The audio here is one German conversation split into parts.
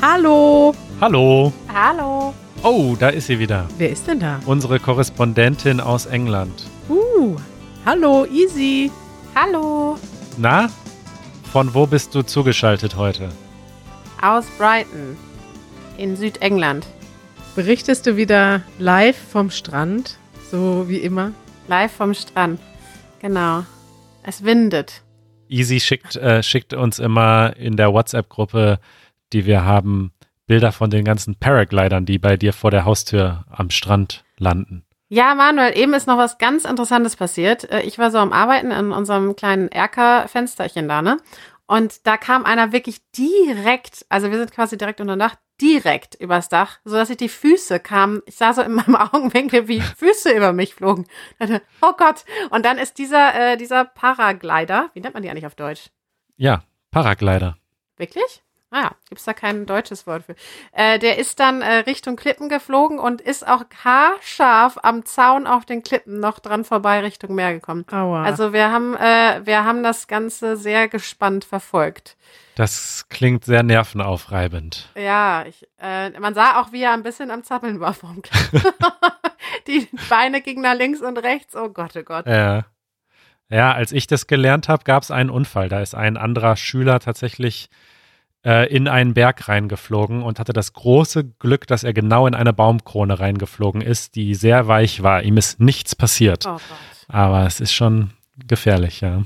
Hallo. Hallo. Hallo. Oh, da ist sie wieder. Wer ist denn da? Unsere Korrespondentin aus England. Uh, hallo, Easy. Hallo. Na? Von wo bist du zugeschaltet heute? Aus Brighton. In Südengland. Berichtest du wieder live vom Strand, so wie immer? Live vom Strand. Genau. Es windet. Easy schickt, äh, schickt uns immer in der WhatsApp-Gruppe, die wir haben, Bilder von den ganzen Paraglidern, die bei dir vor der Haustür am Strand landen. Ja, Manuel, eben ist noch was ganz Interessantes passiert. Äh, Ich war so am Arbeiten in unserem kleinen Erker-Fensterchen da, ne? Und da kam einer wirklich direkt, also wir sind quasi direkt unter Nacht, direkt übers Dach, sodass ich die Füße kam. Ich sah so in meinem Augenwinkel, wie Füße über mich flogen. Oh Gott! Und dann ist dieser, äh, dieser Paraglider, wie nennt man die eigentlich auf Deutsch? Ja, Paraglider. Wirklich? Ah ja, gibt es da kein deutsches Wort für. Äh, der ist dann äh, Richtung Klippen geflogen und ist auch haarscharf am Zaun auf den Klippen noch dran vorbei Richtung Meer gekommen. Aua. Also wir haben, äh, wir haben das Ganze sehr gespannt verfolgt. Das klingt sehr nervenaufreibend. Ja, ich, äh, man sah auch, wie er ein bisschen am Zappeln war vom Klippen. Die Beine gingen nach links und rechts. Oh Gott, oh Gott. Ja. Äh, Ja, als ich das gelernt habe, gab es einen Unfall. Da ist ein anderer Schüler tatsächlich äh, in einen Berg reingeflogen und hatte das große Glück, dass er genau in eine Baumkrone reingeflogen ist, die sehr weich war. Ihm ist nichts passiert. Oh Gott. Aber es ist schon gefährlich, ja.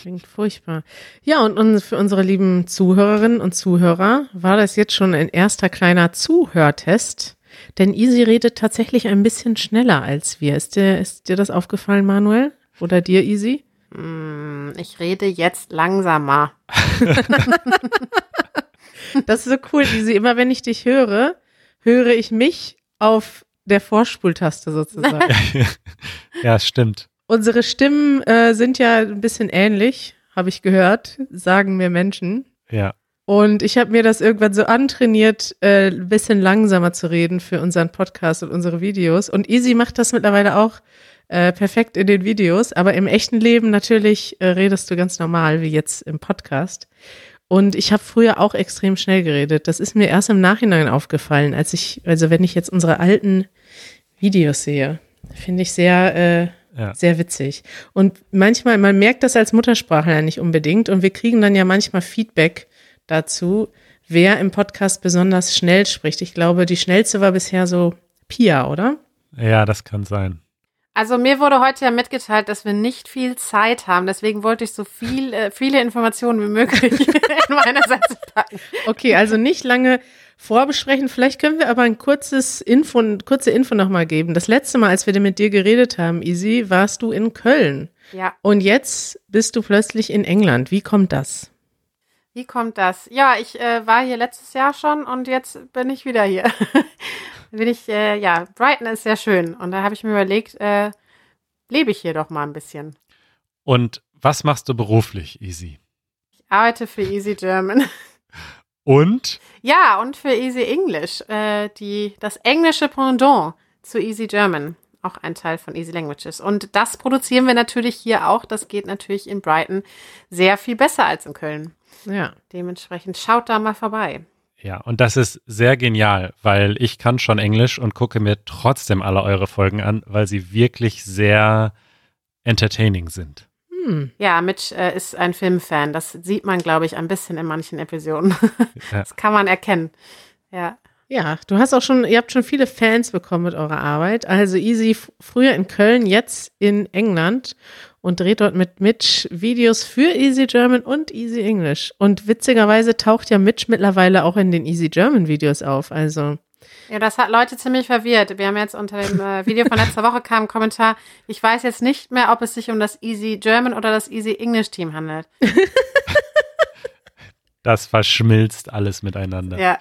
Klingt furchtbar. Ja, und, und für unsere lieben Zuhörerinnen und Zuhörer war das jetzt schon ein erster kleiner Zuhörtest. Denn Easy redet tatsächlich ein bisschen schneller als wir. Ist dir, ist dir das aufgefallen, Manuel? Oder dir, Easy? Hm, Ich rede jetzt langsamer. Das ist so cool, Easy. Immer wenn ich dich höre, höre ich mich auf der Vorspultaste sozusagen. ja, stimmt. Unsere Stimmen äh, sind ja ein bisschen ähnlich, habe ich gehört, sagen mir Menschen. Ja. Und ich habe mir das irgendwann so antrainiert, äh, ein bisschen langsamer zu reden für unseren Podcast und unsere Videos. Und Easy macht das mittlerweile auch äh, perfekt in den Videos, aber im echten Leben natürlich äh, redest du ganz normal, wie jetzt im Podcast. Und ich habe früher auch extrem schnell geredet. Das ist mir erst im Nachhinein aufgefallen, als ich, also wenn ich jetzt unsere alten Videos sehe, finde ich sehr äh, Ja. sehr witzig. Und manchmal, man merkt das als Muttersprachler nicht unbedingt und wir kriegen dann ja manchmal Feedback dazu, wer im Podcast besonders schnell spricht. Ich glaube, die schnellste war bisher so Pia, oder? ja, das kann sein. Also mir wurde heute ja mitgeteilt, dass wir nicht viel Zeit haben. Deswegen wollte ich so viel, äh, viele Informationen wie möglich in meine Sätze packen. Okay, also nicht lange vorbesprechen. Vielleicht können wir aber ein kurzes Info, kurze Info nochmal geben. Das letzte Mal, als wir mit dir geredet haben, Isi, warst du in Köln. Ja, Und jetzt bist du plötzlich in England. Wie kommt das? wie kommt das? Ja, ich äh, war hier letztes Jahr schon und jetzt bin ich wieder hier. bin ich, äh, ja, Brighton ist sehr schön. Und da habe ich mir überlegt, äh, lebe ich hier doch mal ein bisschen. Und was machst du beruflich, Easy? Ich arbeite für Easy German. Und? Ja, und für Easy English, äh, die, das englische Pendant zu Easy German, auch ein Teil von Easy Languages. Und das produzieren wir natürlich hier auch. Das geht natürlich in Brighton sehr viel besser als in Köln. Ja. Dementsprechend schaut da mal vorbei. Ja, und das ist sehr genial, weil ich kann schon Englisch und gucke mir trotzdem alle eure Folgen an, weil sie wirklich sehr entertaining sind. Hm. Ja, Mitch äh, ist ein Filmfan. Das sieht man, glaube ich, ein bisschen in manchen Episoden. Ja. das kann man erkennen. Ja. Ja, du hast auch schon, ihr habt schon viele Fans bekommen mit eurer Arbeit. Also Easy f- früher in Köln, jetzt in England und dreht dort mit Mitch Videos für Easy German und Easy English. Und witzigerweise taucht ja Mitch mittlerweile auch in den Easy German Videos auf. Also ja, das hat Leute ziemlich verwirrt. Wir haben jetzt unter dem äh, Video von letzter Woche kam ein Kommentar, ich weiß jetzt nicht mehr, ob es sich um das Easy German oder das Easy English Team handelt. Das verschmilzt alles miteinander. Ja. ne?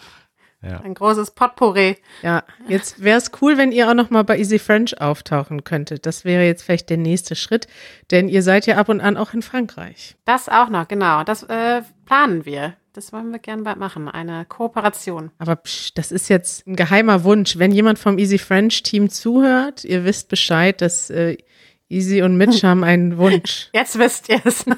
Ja. Ein großes Potpourri. ja, jetzt wäre es cool, wenn ihr auch noch mal bei Easy French auftauchen könntet. Das wäre jetzt vielleicht der nächste Schritt, denn ihr seid ja ab und an auch in Frankreich. Das auch noch, genau. Das äh, planen wir. Das wollen wir gern bald machen. Eine Kooperation. Aber psch, das ist jetzt ein geheimer Wunsch. Wenn jemand vom Easy French Team zuhört, ihr wisst Bescheid, dass äh, Easy und Mitch haben einen Wunsch. Jetzt wisst ihr es.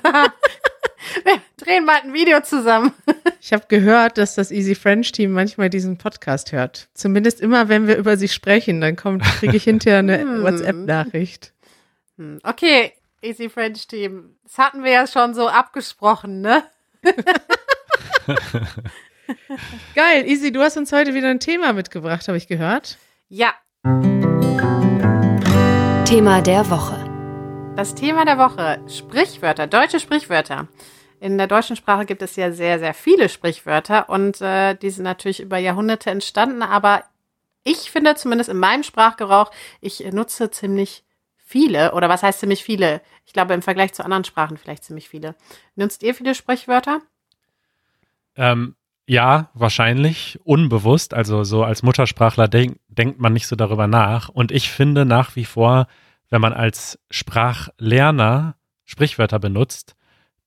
Wir drehen mal ein Video zusammen. Ich habe gehört, dass das Easy French Team manchmal diesen Podcast hört. Zumindest immer, wenn wir über sie sprechen, dann kommt, kriege ich hinterher eine Hm. WhatsApp-Nachricht. Hm, Okay, Easy French Team. Das hatten wir ja schon so abgesprochen, ne? Geil, Easy, du hast uns heute wieder ein Thema mitgebracht, habe ich gehört. Ja, Thema der Woche. Das Thema der Woche, Sprichwörter, deutsche Sprichwörter. In der deutschen Sprache gibt es ja sehr, sehr viele Sprichwörter und äh, die sind natürlich über Jahrhunderte entstanden, aber ich finde zumindest in meinem Sprachgebrauch, ich nutze ziemlich viele, oder was heißt ziemlich viele? Ich glaube im Vergleich zu anderen Sprachen vielleicht ziemlich viele. Nutzt ihr viele Sprichwörter? Ähm, ja, wahrscheinlich unbewusst. Also so als Muttersprachler denk, denkt man nicht so darüber nach. Und ich finde nach wie vor, wenn man als Sprachlerner Sprichwörter benutzt,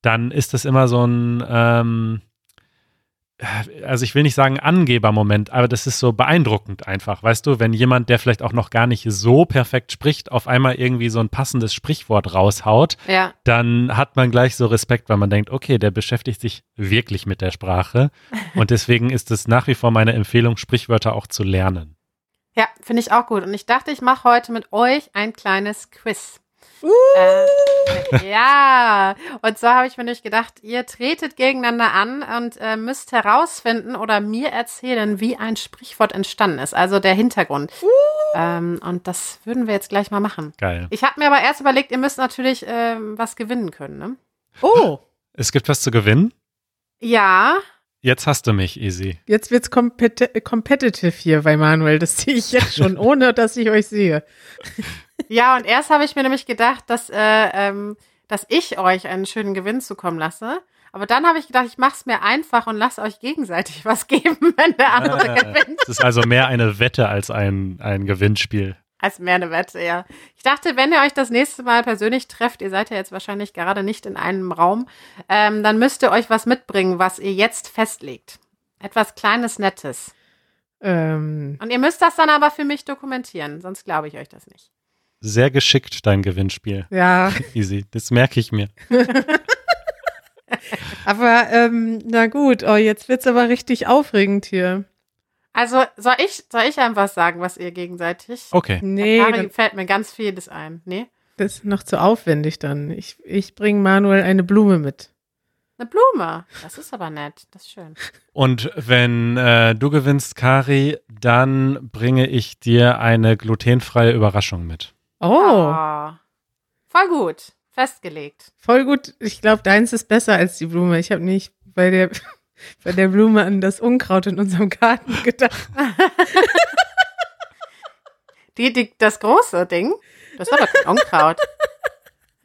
dann ist es immer so ein, ähm, also ich will nicht sagen Angebermoment, aber das ist so beeindruckend einfach, weißt du, wenn jemand, der vielleicht auch noch gar nicht so perfekt spricht, auf einmal irgendwie so ein passendes Sprichwort raushaut, Ja. dann hat man gleich so Respekt, weil man denkt, okay, der beschäftigt sich wirklich mit der Sprache. Und deswegen ist es nach wie vor meine Empfehlung, Sprichwörter auch zu lernen. Ja, finde ich auch gut. Und ich dachte, ich mache heute mit euch ein kleines Quiz. Äh, ja, und zwar habe ich mir nämlich gedacht, ihr tretet gegeneinander an und äh, müsst herausfinden oder mir erzählen, wie ein Sprichwort entstanden ist, also der Hintergrund. Ähm, und das würden wir jetzt gleich mal machen. Geil. Ich habe mir aber erst überlegt, ihr müsst natürlich ähm, was gewinnen können, ne? Oh, Es gibt was zu gewinnen. Ja, Jetzt hast du mich, Easy. jetzt wird's kompeti- competitive hier bei Manuel. Das sehe ich jetzt schon, ohne dass ich euch sehe. ja, und erst habe ich mir nämlich gedacht, dass, äh, ähm, dass ich euch einen schönen Gewinn zukommen lasse. Aber dann habe ich gedacht, ich mache es mir einfach und lasse euch gegenseitig was geben, wenn der andere Ah. gewinnt. Es ist also mehr eine Wette als ein, ein Gewinnspiel. Als mehr eine Wette, ja. Ich dachte, wenn ihr euch das nächste Mal persönlich trefft, ihr seid ja jetzt wahrscheinlich gerade nicht in einem Raum, ähm, dann müsst ihr euch was mitbringen, was ihr jetzt festlegt. Etwas Kleines, Nettes. Ähm, Und ihr müsst das dann aber für mich dokumentieren, sonst glaube ich euch das nicht. Sehr geschickt, dein Gewinnspiel, ja, Easy. Das merke ich mir. aber ähm, na gut, oh, jetzt wird's aber richtig aufregend hier. Also soll ich, soll ich einfach sagen, was ihr gegenseitig. Okay. Nee, Mari, dann- fällt mir ganz vieles ein. Nee? das ist noch zu aufwendig dann. Ich, ich bringe Manuel eine Blume mit. Eine Blume. Das ist aber nett. Das ist schön. Und wenn äh, du gewinnst, Kari, dann bringe ich dir eine glutenfreie Überraschung mit. Oh, Ah. voll gut. Festgelegt. voll gut. Ich glaube, deins ist besser als die Blume. Ich habe nicht bei der, bei der Blume an das Unkraut in unserem Garten gedacht. Die, die, das große Ding. Das war doch kein Unkraut.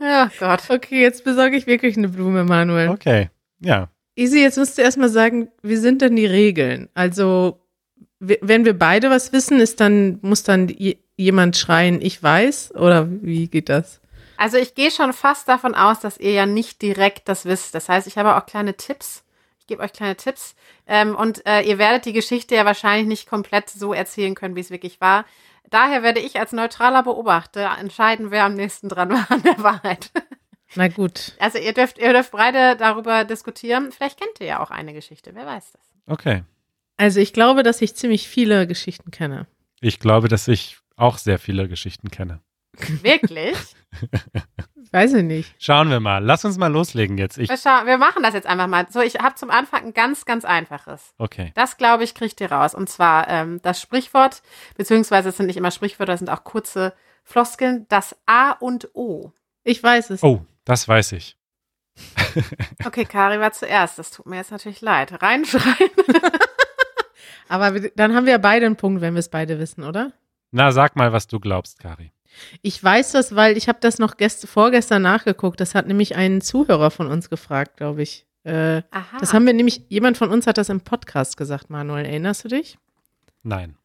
Ja, Gott. Okay, jetzt besorge ich wirklich eine Blume, Manuel. Okay. Ja, Easy, jetzt musst du erstmal sagen, wie sind denn die Regeln? Also, w- wenn wir beide was wissen, ist dann, muss dann je- jemand schreien, ich weiß? Oder wie geht das? Also ich gehe schon fast davon aus, dass ihr ja nicht direkt das wisst. Das heißt, ich habe auch kleine Tipps. Ich gebe euch kleine Tipps. Ähm, und äh, ihr werdet die Geschichte ja wahrscheinlich nicht komplett so erzählen können, wie es wirklich war. Daher werde ich als neutraler Beobachter entscheiden, wer am nächsten dran war an der Wahrheit. Na gut. Also ihr dürft, ihr dürft beide darüber diskutieren. Vielleicht kennt ihr ja auch eine Geschichte, wer weiß das. Okay. Also, ich glaube, dass ich ziemlich viele Geschichten kenne. Ich glaube, dass ich auch sehr viele Geschichten kenne. Wirklich? Weiß ich nicht. Schauen wir mal. Lass uns mal loslegen jetzt. Ich, Wir, schauen, wir machen das jetzt einfach mal. So, ich habe zum Anfang ein ganz, ganz einfaches. okay. Das, glaube ich, kriegt ihr raus. Und zwar ähm, das Sprichwort, beziehungsweise es sind nicht immer Sprichwörter, es sind auch kurze Floskeln, das A und O. Ich weiß es. Oh, das weiß ich. Okay, Kari war zuerst. Das tut mir jetzt natürlich leid. Reinschreien. Aber wir- dann haben wir ja beide einen Punkt, wenn wir es beide wissen, oder? Na, sag mal, was du glaubst, Kari. Ich weiß das, weil ich habe das noch gest vorgestern nachgeguckt. Das hat nämlich ein Zuhörer von uns gefragt, glaube ich. Äh, Aha. das haben wir nämlich, jemand von uns hat das im Podcast gesagt, Manuel. Erinnerst du dich? Nein.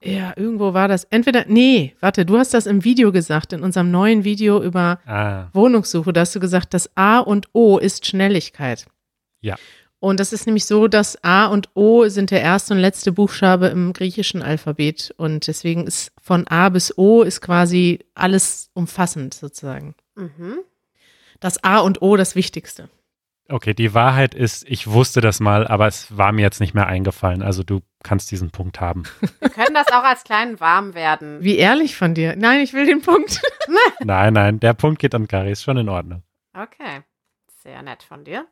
Ja, irgendwo war das. Entweder, nee, warte, du hast das im Video gesagt, in unserem neuen Video über Ah, Wohnungssuche, da hast du gesagt, das A und O ist Schnelligkeit. Ja. Und das ist nämlich so, dass A und O sind der erste und letzte Buchstabe im griechischen Alphabet. Und deswegen ist von A bis O ist quasi alles umfassend sozusagen. mhm. Das A und O das Wichtigste. Okay, die Wahrheit ist, ich wusste das mal, aber es war mir jetzt nicht mehr eingefallen. Also du kannst diesen Punkt haben. Wir können das auch als kleinen warm werden. Wie ehrlich von dir. Nein, ich will den Punkt. Nein, nein, der Punkt geht an Kari, ist schon in Ordnung. Okay, sehr nett von dir.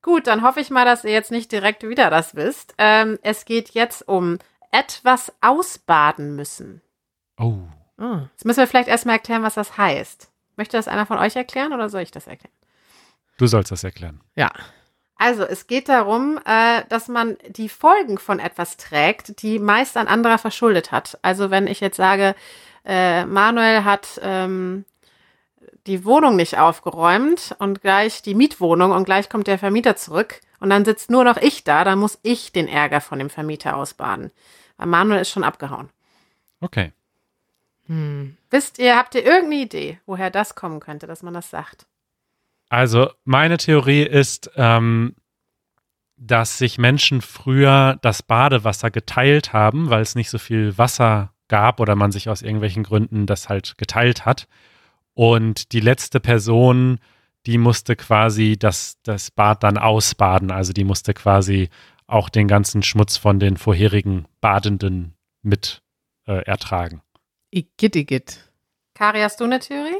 Gut, dann hoffe ich mal, dass ihr jetzt nicht direkt wieder das wisst. Ähm, es geht jetzt um etwas ausbaden müssen. Oh, Oh. Jetzt müssen wir vielleicht erstmal erklären, was das heißt. Möchte das einer von euch erklären oder soll ich das erklären? du sollst das erklären. Ja. Also, es geht darum, äh, dass man die Folgen von etwas trägt, die meist ein anderer verschuldet hat. Also, wenn ich jetzt sage, äh, Manuel hat ähm, die Wohnung nicht aufgeräumt und gleich die Mietwohnung und gleich kommt der Vermieter zurück und dann sitzt nur noch ich da, dann muss ich den Ärger von dem Vermieter ausbaden. Weil Manuel ist schon abgehauen. Okay. Hm. Wisst ihr, habt ihr irgendeine Idee, woher das kommen könnte, dass man das sagt? Also meine Theorie ist, ähm, dass sich Menschen früher das Badewasser geteilt haben, weil es nicht so viel Wasser gab oder man sich aus irgendwelchen Gründen das halt geteilt hat. Und die letzte Person, die musste quasi das, das Bad dann ausbaden. Also die musste quasi auch den ganzen Schmutz von den vorherigen Badenden mit äh, ertragen. Igitt, igitt. Kari, hast du eine Theorie?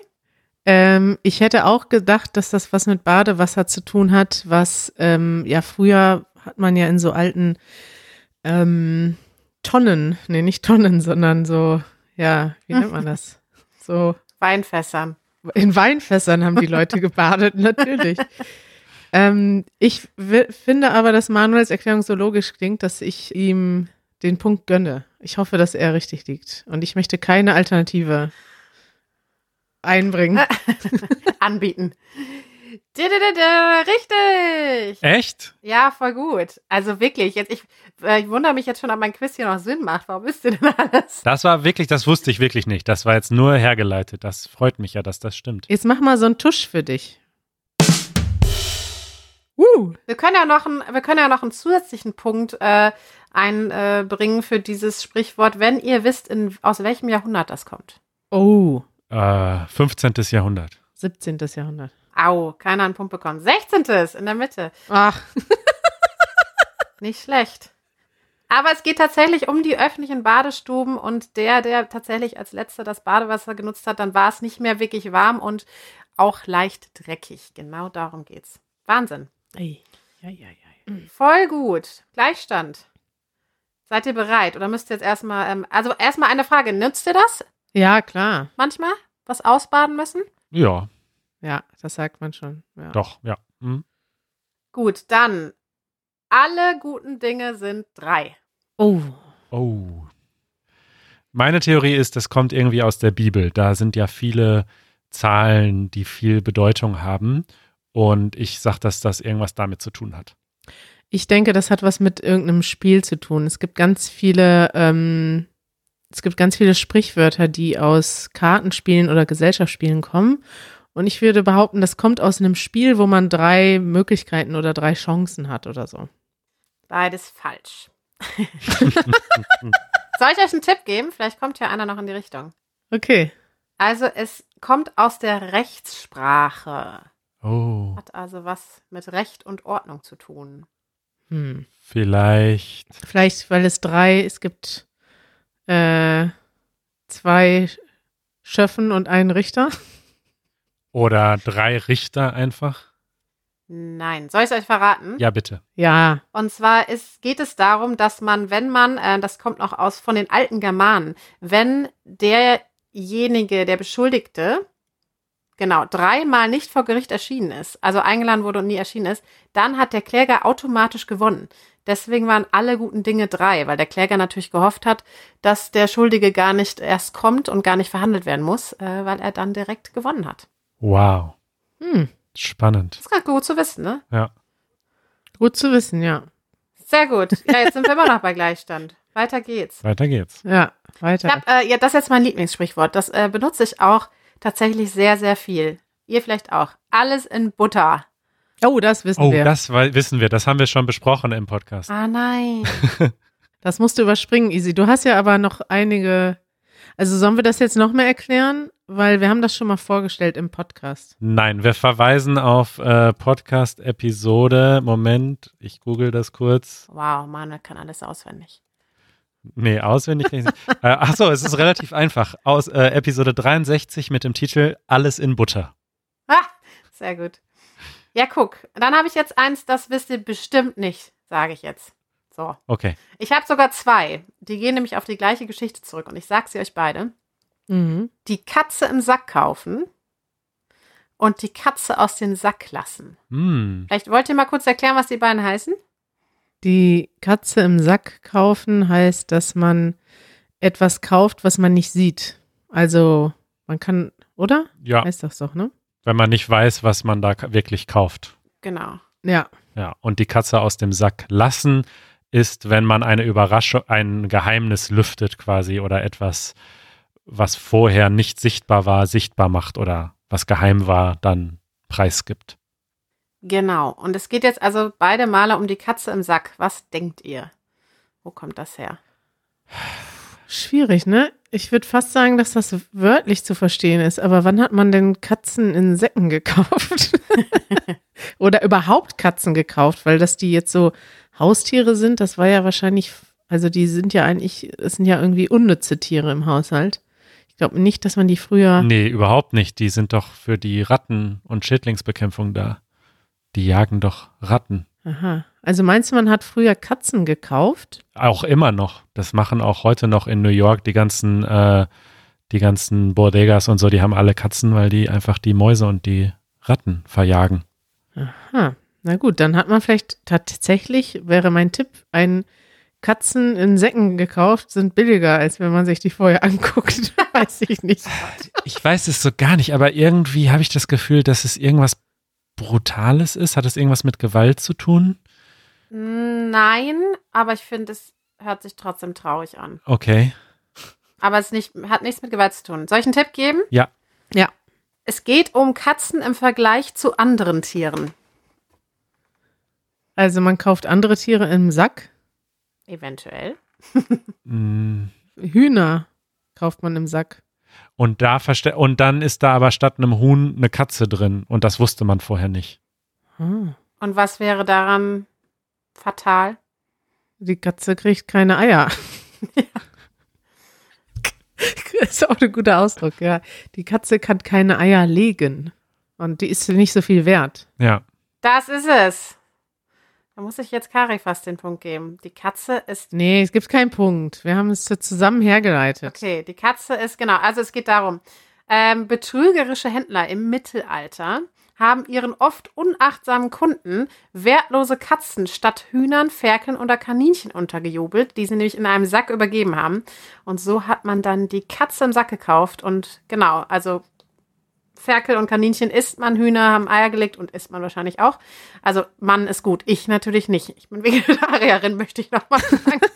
Ähm, ich hätte auch gedacht, dass das was mit Badewasser zu tun hat, was ähm, ja früher hat man ja in so alten ähm, Tonnen, nee, nicht Tonnen, sondern so, ja, wie nennt man das? So Weinfässer. in Weinfässern haben die Leute gebadet, natürlich. Ähm, ich wi- finde aber, dass Manuels Erklärung so logisch klingt, dass ich ihm den Punkt gönne. Ich hoffe, dass er richtig liegt. Und ich möchte keine Alternative einbringen. anbieten. Didididi, Richtig! Echt? Ja, voll gut. Also wirklich, jetzt, ich, äh, ich wundere mich jetzt schon, ob mein Quiz hier noch Sinn macht. Warum wisst ihr denn alles? Das war wirklich, das wusste ich wirklich nicht. Das war jetzt nur hergeleitet. Das freut mich ja, dass das stimmt. Jetzt mach mal so einen Tusch für dich. Uh, Wir können ja noch einen, wir können ja noch einen zusätzlichen Punkt äh, einbringen für dieses Sprichwort, wenn ihr wisst, in, aus welchem Jahrhundert das kommt. oh, Äh, 15. Jahrhundert. 17. Jahrhundert. Au, keiner einen Punkt bekommen. 16. in der Mitte. Ach, Nicht schlecht. Aber es geht tatsächlich um die öffentlichen Badestuben und der, der tatsächlich als letzter das Badewasser genutzt hat, dann war es nicht mehr wirklich warm und auch leicht dreckig. Genau darum geht's. Wahnsinn. ei, ei, ei, ei. Voll gut. Gleichstand. Seid ihr bereit? Oder müsst ihr jetzt erstmal, ähm, also erstmal eine Frage. Nützt ihr das ja, klar. manchmal? Was ausbaden müssen? Ja, Ja, das sagt man schon. Ja. doch, ja. Hm. Gut, dann. Alle guten Dinge sind drei. Oh, Oh. Meine Theorie ist, das kommt irgendwie aus der Bibel. Da sind ja viele Zahlen, die viel Bedeutung haben. Und ich sag, dass das irgendwas damit zu tun hat. Ich denke, das hat was mit irgendeinem Spiel zu tun. Es gibt ganz viele, ähm, es gibt ganz viele Sprichwörter, die aus Kartenspielen oder Gesellschaftsspielen kommen. Und ich würde behaupten, das kommt aus einem Spiel, wo man drei Möglichkeiten oder drei Chancen hat oder so. Beides falsch. Soll ich euch einen Tipp geben? Vielleicht kommt ja einer noch in die Richtung. Okay. Also es kommt aus der Rechtssprache. Oh, Hat also was mit Recht und Ordnung zu tun. Hm. vielleicht. Vielleicht, weil es drei, es gibt äh, zwei Schöffen und einen Richter. Oder drei Richter einfach. Nein, soll ich es euch verraten? Ja, bitte. Ja. Und zwar ist, geht es darum, dass man, wenn man, äh, das kommt noch aus von den alten Germanen, wenn derjenige, der Beschuldigte, genau, dreimal nicht vor Gericht erschienen ist, also eingeladen wurde und nie erschienen ist, dann hat der Kläger automatisch gewonnen. Deswegen waren alle guten Dinge drei, weil der Kläger natürlich gehofft hat, dass der Schuldige gar nicht erst kommt und gar nicht verhandelt werden muss, äh, weil er dann direkt gewonnen hat. Wow, Hm. spannend. Das ist ganz gut zu wissen, ne? Ja. Gut zu wissen, ja. Sehr gut. Ja, jetzt sind wir immer noch bei Gleichstand. Weiter geht's. Weiter geht's. Ja, weiter. Ich hab, äh, ja, das ist jetzt mein Lieblingssprichwort. Das äh, benutze ich auch tatsächlich sehr, sehr viel. Ihr vielleicht auch. Alles in Butter. Oh, das wissen Oh, wir. das wei- wissen wir. Das haben wir schon besprochen im Podcast. Ah nein. Das musst du überspringen, Easy. Du hast ja aber noch einige. Also sollen wir das jetzt noch mehr erklären? weil wir haben das schon mal vorgestellt im Podcast. Nein, wir verweisen auf äh, Podcast-Episode. Moment, ich google das kurz. Wow, Manuel kann alles auswendig. Nee, auswendig kann ich nicht. äh, achso, es ist relativ einfach. Aus äh, Episode 63 mit dem Titel Alles in Butter. Ah, sehr gut. Ja, guck. Dann habe ich jetzt eins, das wisst ihr bestimmt nicht, sage ich jetzt. So. Okay. Ich habe sogar zwei. Die gehen nämlich auf die gleiche Geschichte zurück und ich sage sie euch beide. Mhm. Die Katze im Sack kaufen und die Katze aus dem Sack lassen. Hm. Vielleicht wollt ihr mal kurz erklären, was die beiden heißen? Die Katze im Sack kaufen heißt, dass man etwas kauft, was man nicht sieht. Also man kann, oder? Ja, Heißt das doch, ne? wenn man nicht weiß, was man da ka- wirklich kauft. Genau. Ja. Ja, und die Katze aus dem Sack lassen ist, wenn man eine Überraschung, ein Geheimnis lüftet quasi oder etwas, was vorher nicht sichtbar war, sichtbar macht oder was geheim war, dann preisgibt. Genau. Und es geht jetzt also beide Male um die Katze im Sack. Was denkt ihr? Wo kommt das her? Schwierig, ne? Ich würde fast sagen, dass das wörtlich zu verstehen ist. Aber wann hat man denn Katzen in Säcken gekauft? Oder überhaupt Katzen gekauft? Weil dass die jetzt so Haustiere sind, das war ja wahrscheinlich, also die sind ja eigentlich, es sind ja irgendwie unnütze Tiere im Haushalt. Ich glaube nicht, dass man die früher. Nee, überhaupt nicht. Die sind doch für die Ratten- und Schädlingsbekämpfung da. Die jagen doch Ratten. Aha. Also meinst du, man hat früher Katzen gekauft? Auch immer noch. Das machen auch heute noch in New York die ganzen, äh, die ganzen Bodegas und so. Die haben alle Katzen, weil die einfach die Mäuse und die Ratten verjagen. Aha. Ah, Na gut, dann hat man vielleicht tatsächlich, wäre mein Tipp, ein Katzen in Säcken gekauft, sind billiger, als wenn man sich die vorher anguckt. Weiß ich nicht. Ich weiß es so gar nicht, aber irgendwie habe ich das Gefühl, dass es irgendwas Brutales ist. Hat es irgendwas mit Gewalt zu tun? Nein, aber ich finde, es hört sich trotzdem traurig an. Okay. Aber es nicht, hat nichts mit Gewalt zu tun. Soll ich einen Tipp geben? Ja. Ja. Es geht um Katzen im Vergleich zu anderen Tieren. Also man kauft andere Tiere im Sack. Eventuell. Mm. Hühner kauft man im Sack. Und da verste und dann ist da aber statt einem Huhn eine Katze drin und das wusste man vorher nicht. Ah. Und was wäre daran fatal? Die Katze kriegt keine Eier. Das ist auch ein guter Ausdruck, ja. Die Katze kann keine Eier legen. Und die ist nicht so viel wert. Ja. Das ist es. Da muss ich jetzt Kari fast den Punkt geben. Die Katze ist. Nee, es gibt keinen Punkt. Wir haben es zusammen hergeleitet. Okay, die Katze ist, genau. Also es geht darum. Ähm, betrügerische Händler im Mittelalter haben ihren oft unachtsamen Kunden wertlose Katzen statt Hühnern, Ferkeln oder Kaninchen untergejubelt, die sie nämlich in einem Sack übergeben haben. Und so hat man dann die Katze im Sack gekauft und genau, also Ferkel und Kaninchen isst man, Hühner haben Eier gelegt und isst man wahrscheinlich auch. Also Mann ist gut, ich natürlich nicht. Ich bin Vegetarierin, möchte ich nochmal sagen.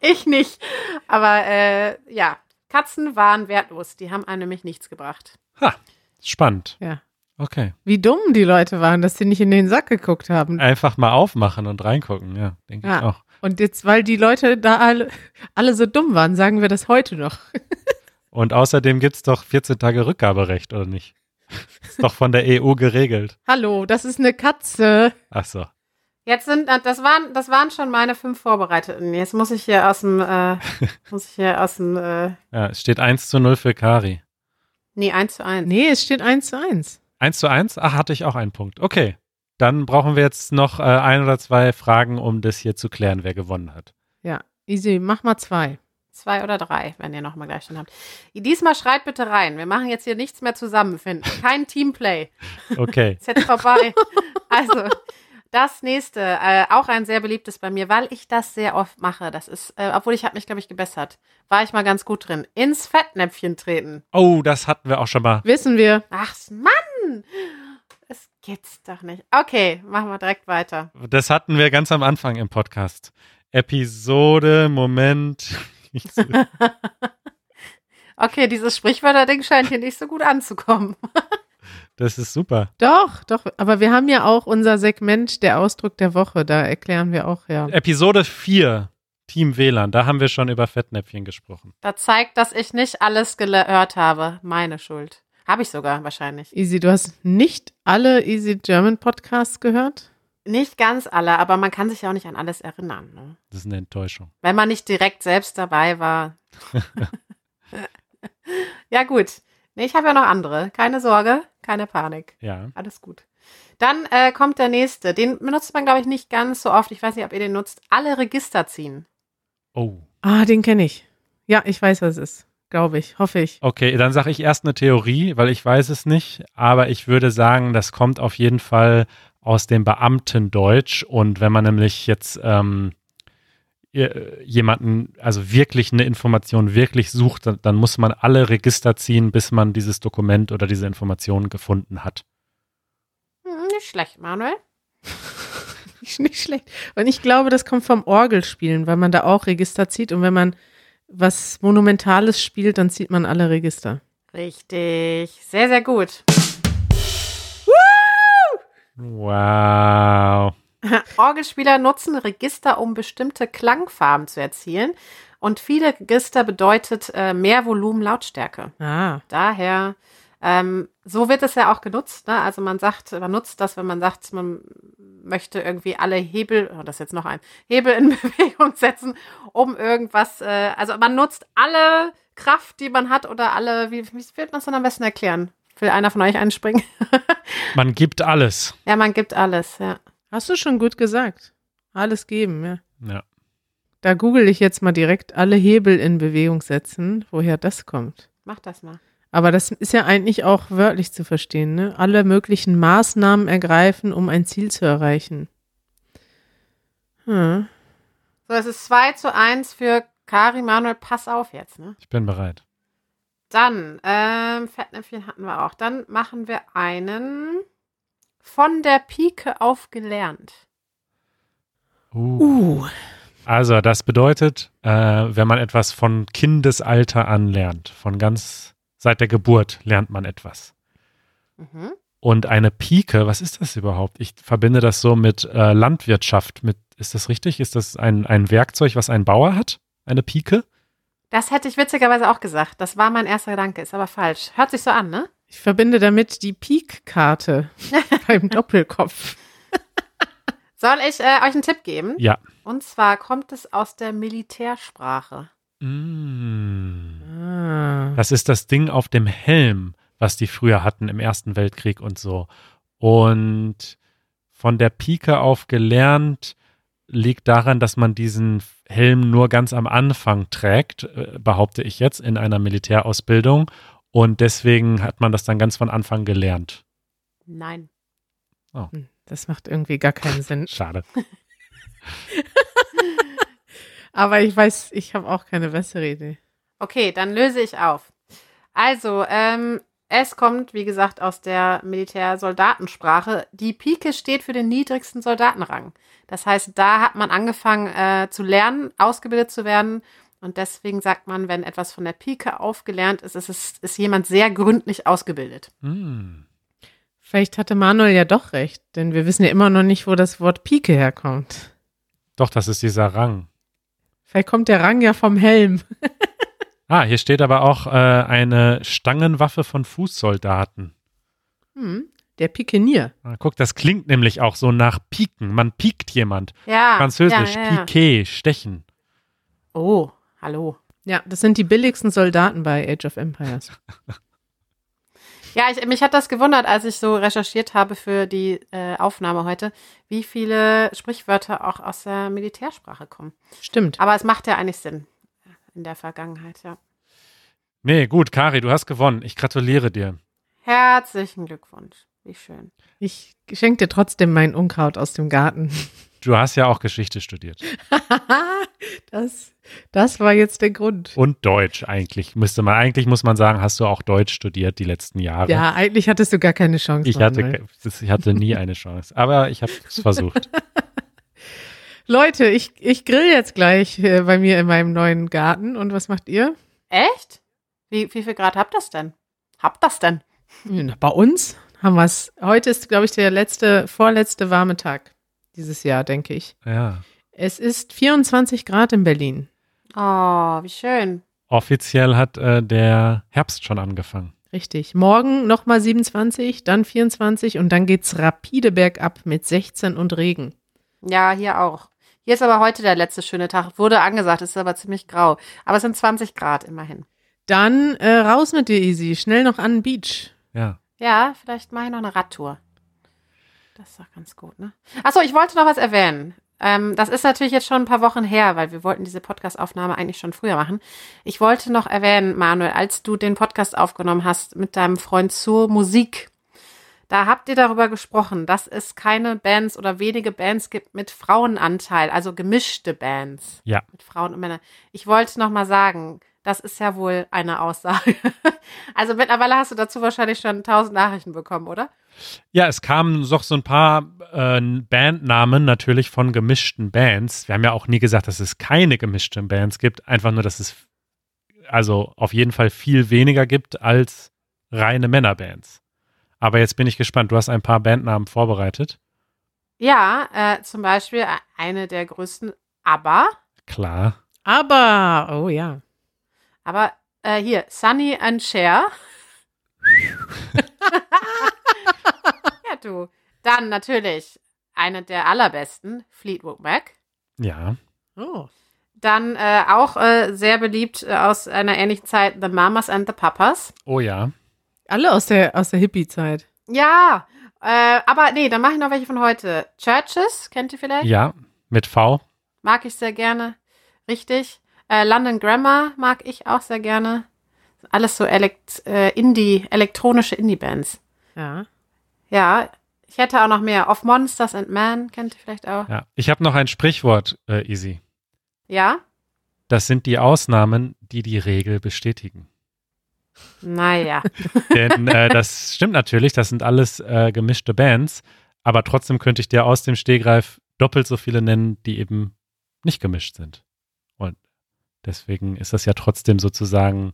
ich nicht. Aber äh, ja, Katzen waren wertlos, die haben einem nämlich nichts gebracht. Ha. Spannend. Ja. Okay. Wie dumm die Leute waren, dass sie nicht in den Sack geguckt haben. Einfach mal aufmachen und reingucken, ja, denke ich Ja. auch. Und jetzt, weil die Leute da alle, alle so dumm waren, sagen wir das heute noch. Und außerdem gibt es doch 14 Tage Rückgaberecht, oder nicht? Ist doch von der EU geregelt. Hallo, das ist eine Katze. Ach so. Jetzt sind, das waren, das waren schon meine fünf Vorbereiteten. Jetzt muss ich hier aus dem, äh, muss ich hier aus dem, äh, Ja, es steht 1 zu 0 für Kari. nee, eins zu eins. Nee, es steht eins zu eins. 1 zu 1? Ach, hatte ich auch einen Punkt. Okay. Dann brauchen wir jetzt noch äh, ein oder zwei Fragen, um das hier zu klären, wer gewonnen hat. Ja, easy, mach mal zwei. Zwei oder drei, wenn ihr nochmal gleich schon habt. Diesmal schreit bitte rein. Wir machen jetzt hier nichts mehr zusammenfinden. Kein Teamplay. Okay. Ist jetzt vorbei. Also, das nächste, äh, auch ein sehr beliebtes bei mir, weil ich das sehr oft mache. Das ist, äh, obwohl ich habe mich, glaube ich, gebessert. War ich mal ganz gut drin. Ins Fettnäpfchen treten. Oh, das hatten wir auch schon mal. Wissen wir. Ach, Mann! Das gibt's doch nicht. Okay, machen wir direkt weiter. Das hatten wir ganz am Anfang im Podcast. Episode, Moment. Ich so- Okay, dieses Sprichwörterding scheint hier nicht so gut anzukommen. Das ist super. Doch, doch. Aber wir haben ja auch unser Segment, der Ausdruck der Woche. Da erklären wir auch, ja. Episode 4. Team WLAN, da haben wir schon über Fettnäpfchen gesprochen. Da zeigt, dass ich nicht alles gehört habe. Meine Schuld. Habe ich sogar wahrscheinlich. Easy, du hast nicht alle Easy German Podcasts gehört? Nicht ganz alle, aber man kann sich ja auch nicht an alles erinnern. Ne? Das ist eine Enttäuschung. Wenn man nicht direkt selbst dabei war. ja, gut. Nee, ich habe ja noch andere. Keine Sorge, keine Panik. Ja. Alles gut. Dann äh, kommt der nächste. Den benutzt man, glaube ich, nicht ganz so oft. Ich weiß nicht, ob ihr den nutzt. Alle Register ziehen. Oh. Ah, den kenne ich. Ja, ich weiß, was es ist. Glaube ich, hoffe ich. Okay, dann sage ich erst eine Theorie, weil ich weiß es nicht. Aber ich würde sagen, das kommt auf jeden Fall aus dem Beamtendeutsch. Und wenn man nämlich jetzt ähm, jemanden, also wirklich eine Information wirklich sucht, dann, dann muss man alle Register ziehen, bis man dieses Dokument oder diese Information gefunden hat. Hm, Nicht schlecht, Manuel. Nicht schlecht. Und ich glaube, das kommt vom Orgelspielen, weil man da auch Register zieht. Und wenn man was Monumentales spielt, dann zieht man alle Register. Richtig. Sehr, sehr gut. Wow. Orgelspieler nutzen Register, um bestimmte Klangfarben zu erzielen. Und viele Register bedeutet äh, mehr Volumen, Lautstärke. Ah. Daher, ähm, so wird es ja auch genutzt. Ne? Also man sagt, man nutzt das, wenn man sagt, man möchte irgendwie alle Hebel, oh, das ist jetzt noch ein, Hebel in Bewegung setzen, um irgendwas, äh, also man nutzt alle Kraft, die man hat oder alle, wie, wie wird man es dann am besten erklären? Will einer von euch einspringen? Man gibt alles. ja, man gibt alles, ja. Hast du schon gut gesagt. Alles geben, ja. Ja. Da google ich jetzt mal direkt alle Hebel in Bewegung setzen, woher das kommt. Mach das mal. Aber das ist ja eigentlich auch wörtlich zu verstehen, ne? Alle möglichen Maßnahmen ergreifen, um ein Ziel zu erreichen. Hm. So, es ist 2 zu 1 für Kari Manuel. Pass auf jetzt, ne? Ich bin bereit. Dann, ähm, Fettnäpfchen hatten wir auch. Dann machen wir einen von der Pike auf gelernt. Uh. Uh, Also, das bedeutet, äh, wenn man etwas von Kindesalter an lernt, von ganz seit der Geburt lernt man etwas. Mhm. Und eine Pike, was ist das überhaupt? Ich verbinde das so mit äh, Landwirtschaft. Mit, ist das richtig? Ist das ein, ein Werkzeug, was ein Bauer hat? Eine Pike? Das hätte ich witzigerweise auch gesagt. Das war mein erster Gedanke, ist aber falsch. Hört sich so an, ne? ich verbinde damit die Peak-Karte beim Doppelkopf. Soll ich äh, euch einen Tipp geben? Ja. Und zwar kommt es aus der Militärsprache. Mm. Ah. Das ist das Ding auf dem Helm, was die früher hatten im Ersten Weltkrieg und so. Und von der Pike auf gelernt liegt daran, dass man diesen Helm nur ganz am Anfang trägt, äh, behaupte ich jetzt, in einer Militärausbildung. Und deswegen hat man das dann ganz von Anfang gelernt. Nein. Hm, Das macht irgendwie gar keinen Sinn. Schade. Aber ich weiß, ich habe auch keine bessere Idee. Okay, dann löse ich auf. Also, ähm, es kommt, wie gesagt, aus der Militärsoldatensprache. Die Pike steht für den niedrigsten Soldatenrang. Das heißt, da hat man angefangen äh, zu lernen, ausgebildet zu werden. Und deswegen sagt man, wenn etwas von der Pike aufgelernt ist, ist, es, ist jemand sehr gründlich ausgebildet. Mm. Vielleicht hatte Manuel ja doch recht, denn wir wissen ja immer noch nicht, wo das Wort Pike herkommt. Doch, das ist dieser Rang. Vielleicht kommt der Rang ja vom Helm. Ah, hier steht aber auch äh, eine Stangenwaffe von Fußsoldaten. Hm, der Pikenier. Ah, guck, das klingt nämlich auch so nach Piken. Man piekt jemand. Ja. Französisch, Ah, ja, ja, ja. Piquet, stechen. Oh, hallo. Ja, das sind die billigsten Soldaten bei Age of Empires. Ja, ich, mich hat das gewundert, als ich so recherchiert habe für die äh, Aufnahme heute, wie viele Sprichwörter auch aus der Militärsprache kommen. Stimmt. Aber es macht ja eigentlich Sinn äh, in der Vergangenheit, ja. Nee, gut, Kari, du hast gewonnen. Ich gratuliere dir. Herzlichen Glückwunsch. Wie schön. Ich schenke dir trotzdem mein Unkraut aus dem Garten. Du hast ja auch Geschichte studiert. das, das war jetzt der Grund. Und Deutsch eigentlich. Müsste man, eigentlich muss man sagen, hast du auch Deutsch studiert die letzten Jahre. Ja, ne? eigentlich hattest du gar keine Chance. Ich hatte, Manuel. ke- das- ich hatte nie eine Chance. Aber ich habe es versucht. Leute, ich, ich grill jetzt gleich äh, bei mir in meinem neuen Garten. Und was macht ihr? Echt? Wie, wie viel Grad habt das denn? Habt das denn? Na, Bei uns haben wir es. Heute ist, glaube ich, der letzte, vorletzte warme Tag dieses Jahr, denke ich. Ja. Es ist 24 Grad in Berlin. Oh, wie schön. Offiziell hat äh, der Herbst schon angefangen. Richtig. Morgen nochmal 27, dann 24 und dann geht's rapide bergab mit 16 und Regen. Ja, hier auch. Hier ist aber heute der letzte schöne Tag. Wurde angesagt, ist aber ziemlich grau. Aber es sind 20 Grad immerhin. Dann äh, raus mit dir, Easy. Schnell noch an den Beach. Ja. Ja, vielleicht mache ich noch eine Radtour. Das ist doch ganz gut, ne? Achso, ich wollte noch was erwähnen. Ähm, das ist natürlich jetzt schon ein paar Wochen her, weil wir wollten diese Podcast-Aufnahme eigentlich schon früher machen. Ich wollte noch erwähnen, Manuel, als du den Podcast aufgenommen hast mit deinem Freund zur Musik, da habt ihr darüber gesprochen, dass es keine Bands oder wenige Bands gibt mit Frauenanteil, also gemischte Bands. Ja. Mit Frauen und Männern. Ich wollte noch mal sagen, das ist ja wohl eine Aussage. also mittlerweile hast du dazu wahrscheinlich schon tausend Nachrichten bekommen, oder? Ja, es kamen doch so ein paar äh, Bandnamen natürlich von gemischten Bands. Wir haben ja auch nie gesagt, dass es keine gemischten Bands gibt. Einfach nur, dass es also auf jeden Fall viel weniger gibt als reine Männerbands. Aber jetzt bin ich gespannt. Du hast ein paar Bandnamen vorbereitet. Ja, äh, zum Beispiel eine der größten, aber, Klar. Aber, oh ja. aber äh, hier, Sunny and Cher. ja, du. Dann natürlich eine der allerbesten, Fleetwood Mac. Ja. Oh. Dann äh, auch äh, sehr beliebt äh, aus einer ähnlichen Zeit, The Mamas and the Papas. Oh ja. Alle aus der, aus der Hippie-Zeit. Ja, äh, aber nee, dann mache ich noch welche von heute. Churches, kennt ihr vielleicht? Ja. Mit V. Mag ich sehr gerne. Richtig. Äh, London Grammar mag ich auch sehr gerne. Alles so elekt äh, Indie, elektronische Indie-Bands. Ja. Ja, ich hätte auch noch mehr. Of Monsters and Men kennt ihr vielleicht auch. Ja? Ja. Ich habe noch ein Sprichwort, äh, Easy. ja? Das sind die Ausnahmen, die die Regel bestätigen. Naja. Denn äh, das stimmt natürlich, das sind alles äh, gemischte Bands, aber trotzdem könnte ich dir aus dem Stegreif doppelt so viele nennen, die eben nicht gemischt sind. Und deswegen ist das ja trotzdem sozusagen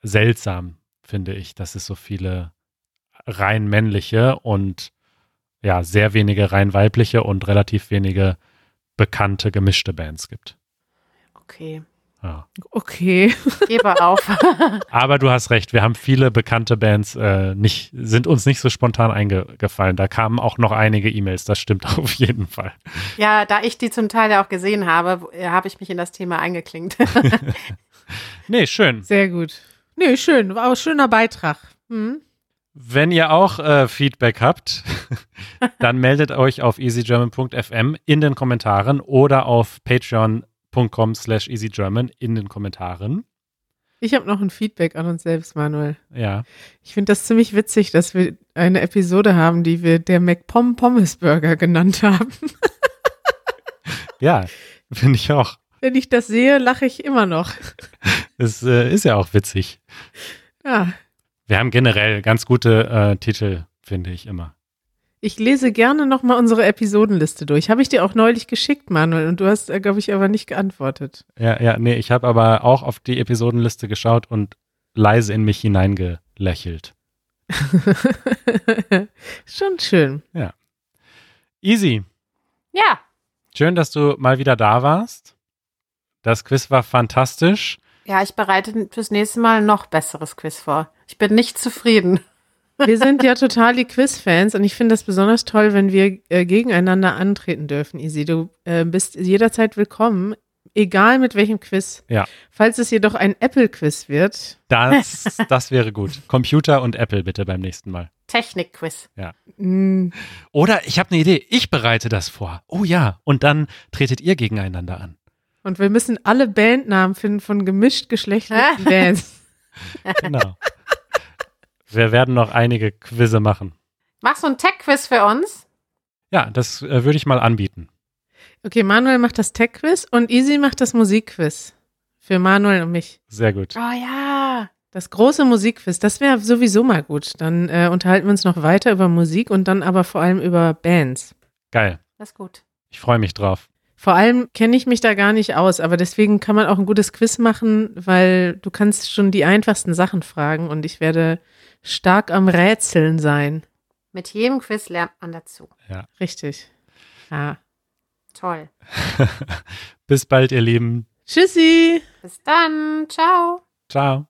seltsam, finde ich, dass es so viele rein männliche und ja, sehr wenige rein weibliche und relativ wenige bekannte gemischte Bands gibt. Okay. Ja. Okay. Gebe auf. Aber du hast recht, wir haben viele bekannte Bands äh, nicht, sind uns nicht so spontan eingefallen. Da kamen auch noch einige E-Mails, das stimmt auf jeden Fall. ja, da ich die zum Teil ja auch gesehen habe, wo- äh, habe ich mich in das Thema eingeklinkt. Nee, schön. Sehr gut. Nee, schön. War auch ein schöner Beitrag. Hm? Wenn ihr auch äh, Feedback habt, dann meldet euch auf easygerman.fm in den Kommentaren oder auf patreon.com slash easygerman in den Kommentaren. Ich habe noch ein Feedback an uns selbst, Manuel. Ja. Ich finde das ziemlich witzig, dass wir eine Episode haben, die wir der McPom Pommes Burger genannt haben. Ja, finde ich auch. Wenn ich das sehe, lache ich immer noch. Es äh, ist ja auch witzig. Ja. Wir haben generell ganz gute äh, Titel, finde ich immer. Ich lese gerne nochmal unsere Episodenliste durch. Habe ich dir auch neulich geschickt, Manuel, und du hast, glaube ich, aber nicht geantwortet. Ja, ja, nee, ich habe aber auch auf die Episodenliste geschaut und leise in mich hineingelächelt. Schon schön. Easy, ja, schön, dass du mal wieder da warst. Das Quiz war fantastisch. ja, ich bereite fürs nächste Mal noch besseres Quiz vor. Ich bin nicht zufrieden. Wir sind ja total die Quiz-Fans und ich finde das besonders toll, wenn wir äh, gegeneinander antreten dürfen, Isi. Du äh, bist jederzeit willkommen, egal mit welchem Quiz. Ja. Falls es jedoch ein Apple-Quiz wird, Das, das wäre gut. Computer und Apple bitte beim nächsten Mal. Technik-Quiz. mh, Oder ich habe eine Idee. Ich bereite das vor. Oh ja. Und dann tretet ihr gegeneinander an. und wir müssen alle Bandnamen finden von gemischt geschlechtlichen Bands. Genau. Wir werden noch einige Quizze machen. Machst du ein Tech-Quiz für uns? Ja, das äh, würde ich mal anbieten. Okay, Manuel macht das Tech-Quiz und Isi macht das Musik-Quiz. Für Manuel und mich. Sehr gut. Oh ja. Das große Musikquiz, das wäre sowieso mal gut. Dann äh, unterhalten wir uns noch weiter über Musik und dann aber vor allem über Bands. Geil. Das ist gut. Ich freue mich drauf. Vor allem kenne ich mich da gar nicht aus, aber deswegen kann man auch ein gutes Quiz machen, weil du kannst schon die einfachsten Sachen fragen und ich werde stark am Rätseln sein. Mit jedem Quiz lernt man dazu. Ah. Richtig. Ja. toll. Bis bald, ihr Lieben. Tschüssi. Bis dann. Ciao. Ciao.